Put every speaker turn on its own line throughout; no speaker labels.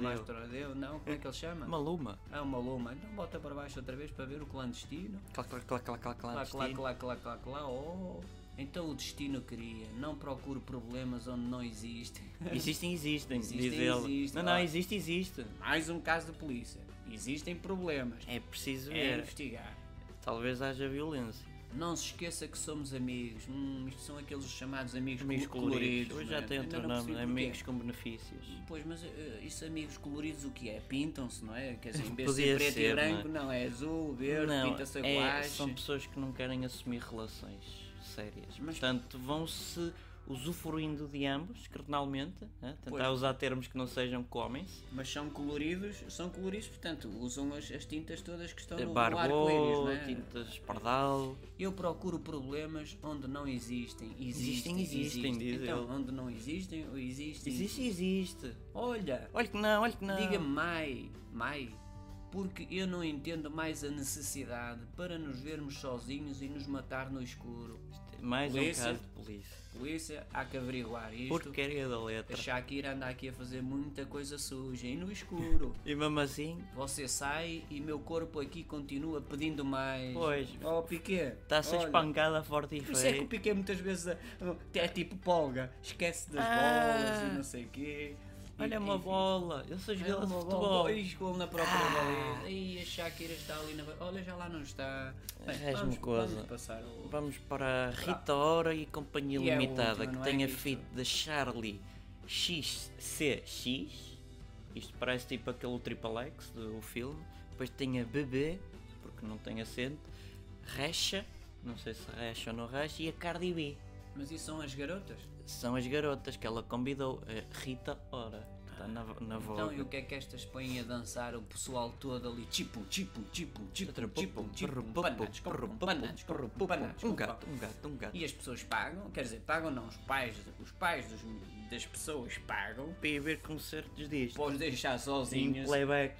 Mastro Adeu, não, como é que ele chama?
Maluma.
Ah, uma luma. Então bota para baixo outra vez para ver o clandestino.
Clac, clac, clac, clac, clac,
Lá,
clac,
lá, lá, lá, lá, lá, oh. Então o destino queria, não procure problemas onde não existem.
Existem, existem,
Existem,
diz ele.
existem,
não, não,
lá.
existe, existe.
Mais um caso de polícia. Existem problemas.
É preciso
É
ver.
investigar.
Talvez haja violência.
Não se esqueça que somos amigos. Hum, isto são aqueles chamados amigos,
Amigos
col- coloridos.
coloridos. Hoje
não é?
já tem
Ainda
outro
não
nome.
percebi porquê.
Amigos com benefícios.
Pois, mas eh, isso amigos coloridos o que é? Pintam-se, não é? Quer dizer, em vez de
Podia
ser preto
ser,
e branco,
não
não, é azul, verde,
não,
pinta-se a
é-
guache.
são pessoas que não querem assumir relações sérias.
Mas-
Portanto, vão-se usufruindo de ambos, carnalmente, né? tentar
Pois.
usar termos que não sejam comens.
Mas são coloridos, são coloridos, portanto, usam as, as tintas todas que estão
É
no, no arco-íris,
Barbou,
não é?
tintas pardal.
Eu procuro problemas onde não existem. Existem,
Existem, existem, diz
Então,
ele.
onde não existem, ou existem.
Existe, existe.
Olha,
Olha que não, olha que não.
diga-me mai, mai, porque eu não entendo mais a necessidade para nos vermos sozinhos e nos matar no escuro.
Mais
Polícia.
um caso de polícia.
Polícia, há que averiguar isto.
Porcaria da
A
letra.
Shakira anda aqui a fazer muita coisa suja e no escuro.
E mesmo assim,
Você sai e meu corpo aqui continua pedindo mais.
Pois. Tá
Oh, Piquet.
está a ser
olha,
espancada forte e
Por isso é que
feia.
o Piquet muitas vezes é- é tipo polga. Esquece das
Ah.
bolas e não sei o quê. E-
Olha uma
enfim.
bola. Eu sou
É
jogador
uma
de
bola.
futebol. Ah.
Dois gol na própria baliza. Ih, a Shakira está ali na. ba- Olha, já lá não está. Bem,
Arranja-me
vamos,
coisa.
vamos passar o.
Vamos para a Rita Ora Ah. e Companhia
E é a
Limitada,
última, não
que
é,
tem a
Rita?
fit da Charlie XCX. Isto parece tipo aquele Triple X do filme. Depois tem a BB, porque não tem acento. Recha, não sei se recha ou não recha. E a Cardi B.
Mas isso são as garotas?
São as garotas que ela convidou. A Rita Ora, que está na, na
Então, e
voga.
o que é que estas põem a dançar? O pessoal todo ali, tipo, tipo, tipo, tipo, tipo, tipo, panados, compram panados, compram panados,
Um
compram.
gato, um gato, um gato.
E as pessoas pagam, quer dizer, pagam não, os pais, os pais dos- das pessoas pagam
Para ir ver concertos disto.
para os deixar
Em
sozinhos.
playback.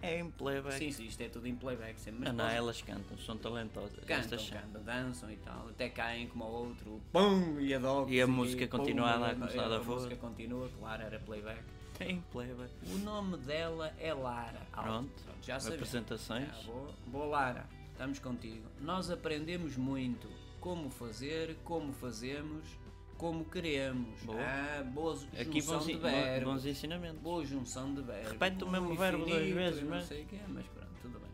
É em playback.
Sim, sim, isto é tudo em playback, sempre. Mas
Ah, não,
depois
elas cantam, são talentosas.
cantam,
Estas são.
cantam, dançam e tal, até caem como ao outro, pum, e adoro.
E a música continua a dar, começar a dar
A
voz.
música continua, claro, era playback.
Tem playback.
O nome dela é Lara. Alves.
Pronto,
já sabemos.
apresentações.
Ah, boa. boa, Lara, estamos contigo. Nós aprendemos muito como fazer, como fazemos, como queremos.
Boa.
Ah, boa
Aqui
junção
bons,
de
en-
verbos.
bons ensinamentos.
Boa junção de verbos.
Repete o mesmo
Boa
verbo duas
infinito,
vezes,
eu não
mas-
sei o que é, mas pronto, tudo bem.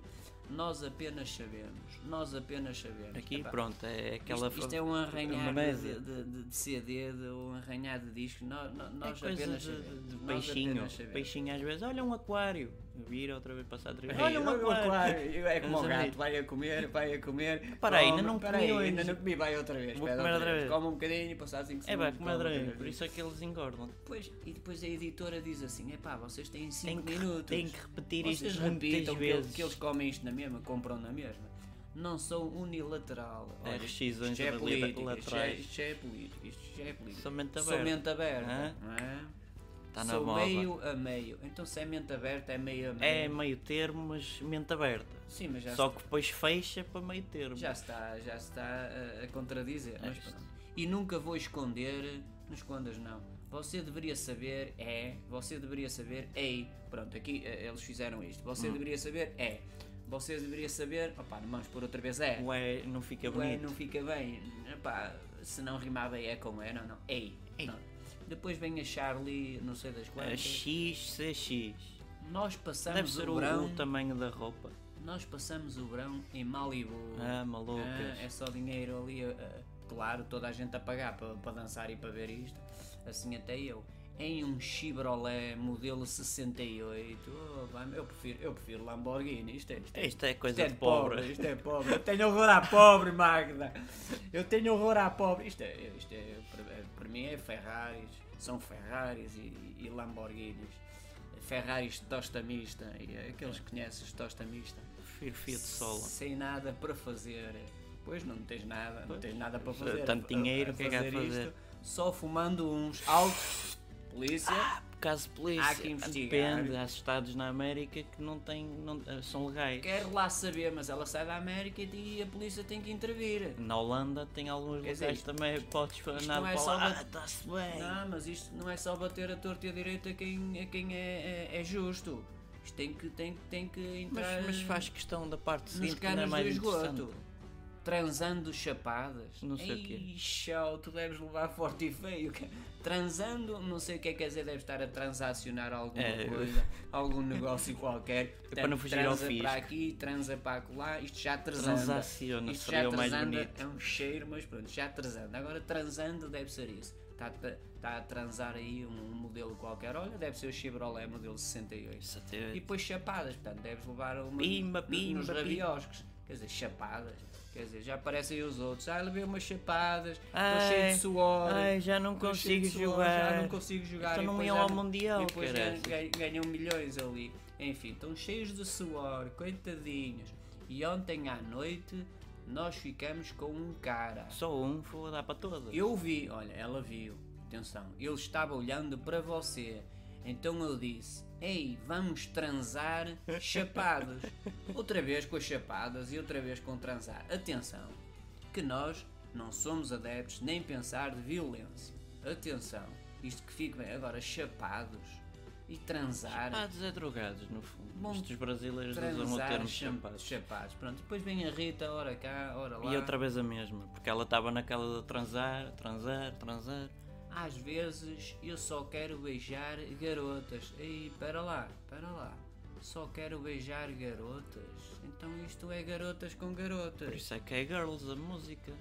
Nós apenas sabemos, nós apenas sabemos.
Aqui,
Epá,
pronto, é aquela.
isto, isto é um
uma
arranhar
mesa.
de, de- de- de CD, de, um arranhar de disco. Nós, nós-
É
nós
coisa
apenas
de,
sabemos.
de
Nós
peixinho.
apenas sabemos.
Peixinho às vezes, olha um aquário. Vira outra vez passar três
Ei,
Olha um
olha o
aquário.
aquário. É como
Vamos
o
abrir.
gato, vai a comer, vai a comer.
Para aí,
come,
ainda não
para
comi
aí,
hoje.
Ainda não comi, vai outra vez.
Vou
pede
comer outra vez.
Come um bocadinho, passar 5
É
segundos.
bem, como
come outra
adorei.
vez.
Por isso é que eles engordam.
Depois, e depois a editora diz assim: epá, vocês têm 5
Tem que,
minutos.
tem que repetir
Vocês
isto muitas
repitam que,
vezes.
que eles comem isto na mesma, compram na mesma. Não são unilateral.
É,
Olha,
rescisões
isto é política, isto é,
laterais.
isto é política, isto já é política.
Somente
Sou
aberto.
mente aberta.
Hã?
não é?
Tá na
Sou
moda.
meio a meio. Então se é mente aberta, é meio a meio.
É meio termo, mas mente aberta.
Sim, mas já
Só que depois fecha para meio termo.
Já está, já está a, a contradizer. mas
isto.
pronto. E nunca vou esconder, não escondas não. Você deveria saber é, você deveria saber ei. Pronto, aqui eh, eles fizeram isto.
Hum.
Você deveria saber é. Você deveria saber, opá, não vamos pôr outra vez é.
O é não fica
O é
bonito.
não fica bem. Epá, se não rimava é como é, não, não. Ei.
Ei.
Não. Depois vem a Charlie, não sei das
É
quantas.
XCX.
Nós
Deve
passamos
ser
o
o,
verão.
o tamanho da roupa.
Nós passamos o verão em Malibu.
Ah, malucas.
Ah, é só dinheiro ali, ah, ah, claro, toda a gente a pagar para dançar e para ver isto. Assim até eu. Em um Chevrolet modelo 68. Oh, vai- eu, prefiro, eu prefiro Lamborghini. Isto é, isto é-
Isto é
isto
coisa
é
de pobre.
Isto é pobre. Eu tenho horror à pobre, Magda. Eu tenho horror à pobre. Isto é, isto é para- para mim é Ferraris. São Ferraris e, e Lamborghinis. Ferraris de tosta mista. E eh, aqueles que conheces de tosta mista
Prefiro Fiat é Sola.
sem nada para fazer. Pois não tens nada, não tens nada para
Pois,
fazer.
tanto
A- a-
dinheiro,
a
o que é que há de
fazer
fazer?
isto, Só fumando uns altos polícia.
Por caso de polícia,
Há que investigar.
depende, há estados na América que não têm, não, eh, são legais.
Quero lá saber, mas ela sai da América e a polícia tem que intervir.
Na Holanda tem alguns
Quer dizer,
locais também, podes
não
falar
é
na
só
palavra,
uma-
ah, está-se bem.
Não, mas isto não é só bater a torta e a direita a quem, a quem é, é- é justo. Isto tem que, tem, tem que entrar
Mas, mas faz questão da parte
nos
seguinte que não é
canos do
mais
esgoto.
interessante.
Transando chapadas.
Não sei o quê.
Ei, chau, tu deves levar forte e feio. cara. Transando, não sei o que é que quer dizer, deve estar a transacionar alguma
É, eu-
coisa, algum negócio qualquer.
para não
Portanto,
fugir ao
transa
fisco.
para aqui, transa para lá, isto já transanda.
Transaciona,
Isto
seria
já
o mais
transanda
bonito.
é um cheiro, mas pronto, já transando. Agora transando deve ser isso. Está a transar aí um, um modelo qualquer. Olha, deve ser o Chevrolet modelo 68.
Isso
E
até-
depois chapadas, portanto, deves levar uma
Pimba,
no-
pimba,
nos
pimba.
rabiosques. Quer dizer, chapadas. Quer dizer, já aparecem os outros. Ah, levei umas chapadas, estou
Ai,
cheio de suor.
ai, já não
estou cheio
consigo
de suor,
jogar.
Já não consigo jogar.
Então
E
não
depois
iam
já-
ao Mundial,
E depois ganham,
caraças.
ganham- ganham milhões ali. Enfim, estão cheios de suor, coitadinhos. E ontem à noite nós ficamos com um cara.
Só um, vou dar para todas.
Eu vi, olha, ela viu, atenção, ele estava olhando para você. Então eu disse: Ei, vamos transar chapados. outra vez com as chapadas e outra vez com transar. Atenção, que nós não somos adeptos nem pensar de violência. Atenção, isto que fica bem. Agora, chapados e transar.
Chapados é drogados, no fundo.
Bom,
Estes brasileiros usam o
Transar,
termo
cham-
chapados.
chapados. Pronto, depois vem a Rita, ora cá, ora lá.
E outra vez a mesma, porque ela estava naquela de transar, transar, transar.
Às vezes eu só quero beijar garotas. Ei, para lá, para lá. Só quero beijar garotas. Então isto é garotas com
Por
garotas.
isso é que é Girls, a música.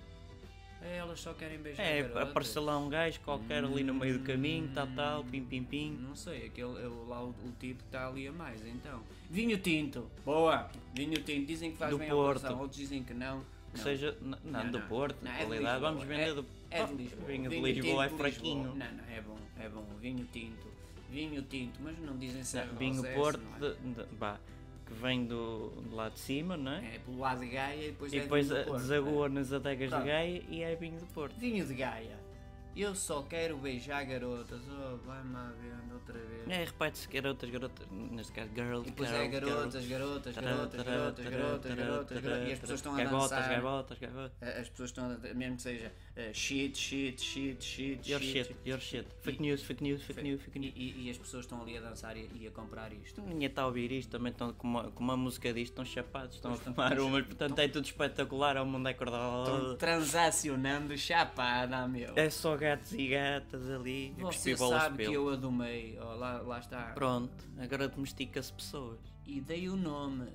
É, elas só querem beijar
É,
garotas.
apareceu lá um gajo qualquer ali no
Hum.
meio do caminho, tal, tal, pim, pim, pim.
Não sei, aquele, é o- lá o, o tipo que está ali a mais, então. Vinho tinto. Boa. Vinho tinto. Dizem que faz
Do
bem
Porto.
à pressão, outros dizem que não.
Que
Não.
seja, n- não,
Não,
do
não.
Porto,
Não,
de
é de
qualidade.
Lisboa.
Vamos vender
É-
do.
É de
Oh,
Lisboa.
Vinho de
Vinho
Lisboa é
tinto de Lisboa.
fraquinho.
Não, não, é bom, é bom. Vinho tinto. Vinho tinto, mas não dizem se é
Não, Vinho
rosé, se
Porto,
não é.
de- de- vá, que vem do, de lá de cima, não é?
É pelo lado de Gaia e depois
E
é
depois
vinho
eh,
do Porto. é. Tá.
desagoa nas adegas
Pronto.
de Gaia e é vinho do Porto.
Vinho de Gaia. Eu só quero beijar garotas. Oh, vai-me à venda outra vez.
É, repete-se que era outras garotas, neste caso, girl,
E depois
girl,
é garotas, garotas, garotas, garotas, garotas, garotas, garotas. E as pessoas estão a
Gaivotas,
dançar.
gaivotas, gaivotas.
A- As pessoas estão a dançar, mesmo que seja eh, shit, shit, shit, shit,
Your
shit.
shit, your shit. Fake news, fake news, fake news, fake
E,
news.
e- e as pessoas estão ali a dançar e, e a comprar isto.
Ninguém está a ouvir isto, também estão com uma, com uma música disto, estão chapados, estão a
Pois estão,
fumar
estão
umas, portanto é tudo espetacular, é o mundo é
Estão
cordal.
transacionando chapada, meu.
É só gatos e gatas ali, a
Você
cuspir bolas de
sabe que
pelo.
eu adumei. Oh, lá, lá está.
Pronto, agora domestica-se pessoas.
e dei o nome.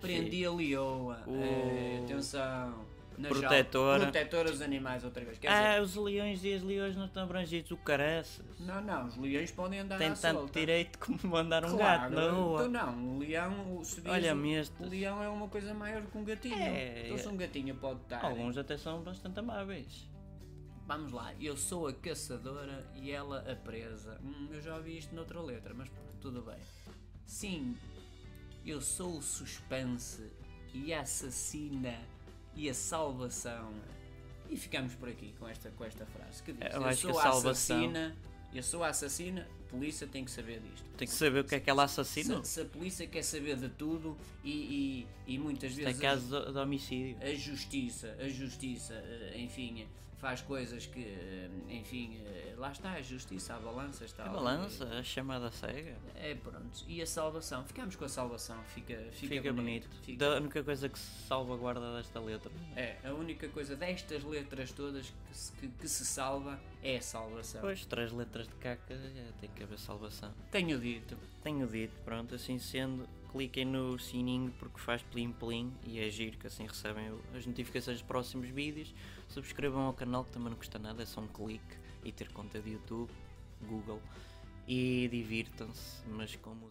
Prendi a leoa.
Oh.
Eh, atenção. Na
Protetora.
jaula. Protetora dos animais outra vez. Quer
Ah,
dizer,
os leões e as leões não estão abrangidos, o caraças.
não, não, os leões podem andar
Tem
à
tanto
solta.
direito como mandar um gato
Claro,
na rua.
Então não, o leão, o, se diz,
Olha,
o-
mestas.
o leão é uma coisa maior que um gatinho.
É,
então se um gatinho pode estar.
Alguns até são bastante amáveis.
Vamos lá, eu sou a caçadora e ela a presa. Hum, eu já ouvi isto noutra letra, mas tudo bem. Sim, eu sou o suspense e a assassina e a salvação. E ficamos por aqui com esta, com esta frase. Que diz,
Eu
eu,
acho que
sou
a
a
salvação-
assassina, eu sou a assassina, a polícia tem que saber disto.
Tem que saber o que é que ela assassina.
Se, se a polícia quer saber de tudo e, e- e muitas
É
vezes
caso de, de homicídio.
a justiça, a justiça, eh, enfim, faz coisas que, eh, enfim, eh, lá está a justiça, a balança está.
A
ali.
É balança, a chamada cega.
É pronto. E a salvação. Ficamos com a salvação, fica, fica,
Fica bonito.
Fica-
Da única coisa que se salvaguarda desta letra.
É, a única coisa destas letras todas que se, que- que se salva é a salvação.
Depois, três letras de caca, é, tem que haver salvação.
Tenho dito.
Tenho dito, pronto, assim sendo, cliquem no sininho porque faz plim plim e é giro que assim recebem o- as notificações dos próximos vídeos. Subscrevam ao canal que também não custa nada, é só um clique e ter conta de YouTube, Google. E divirtam-se, mas com música.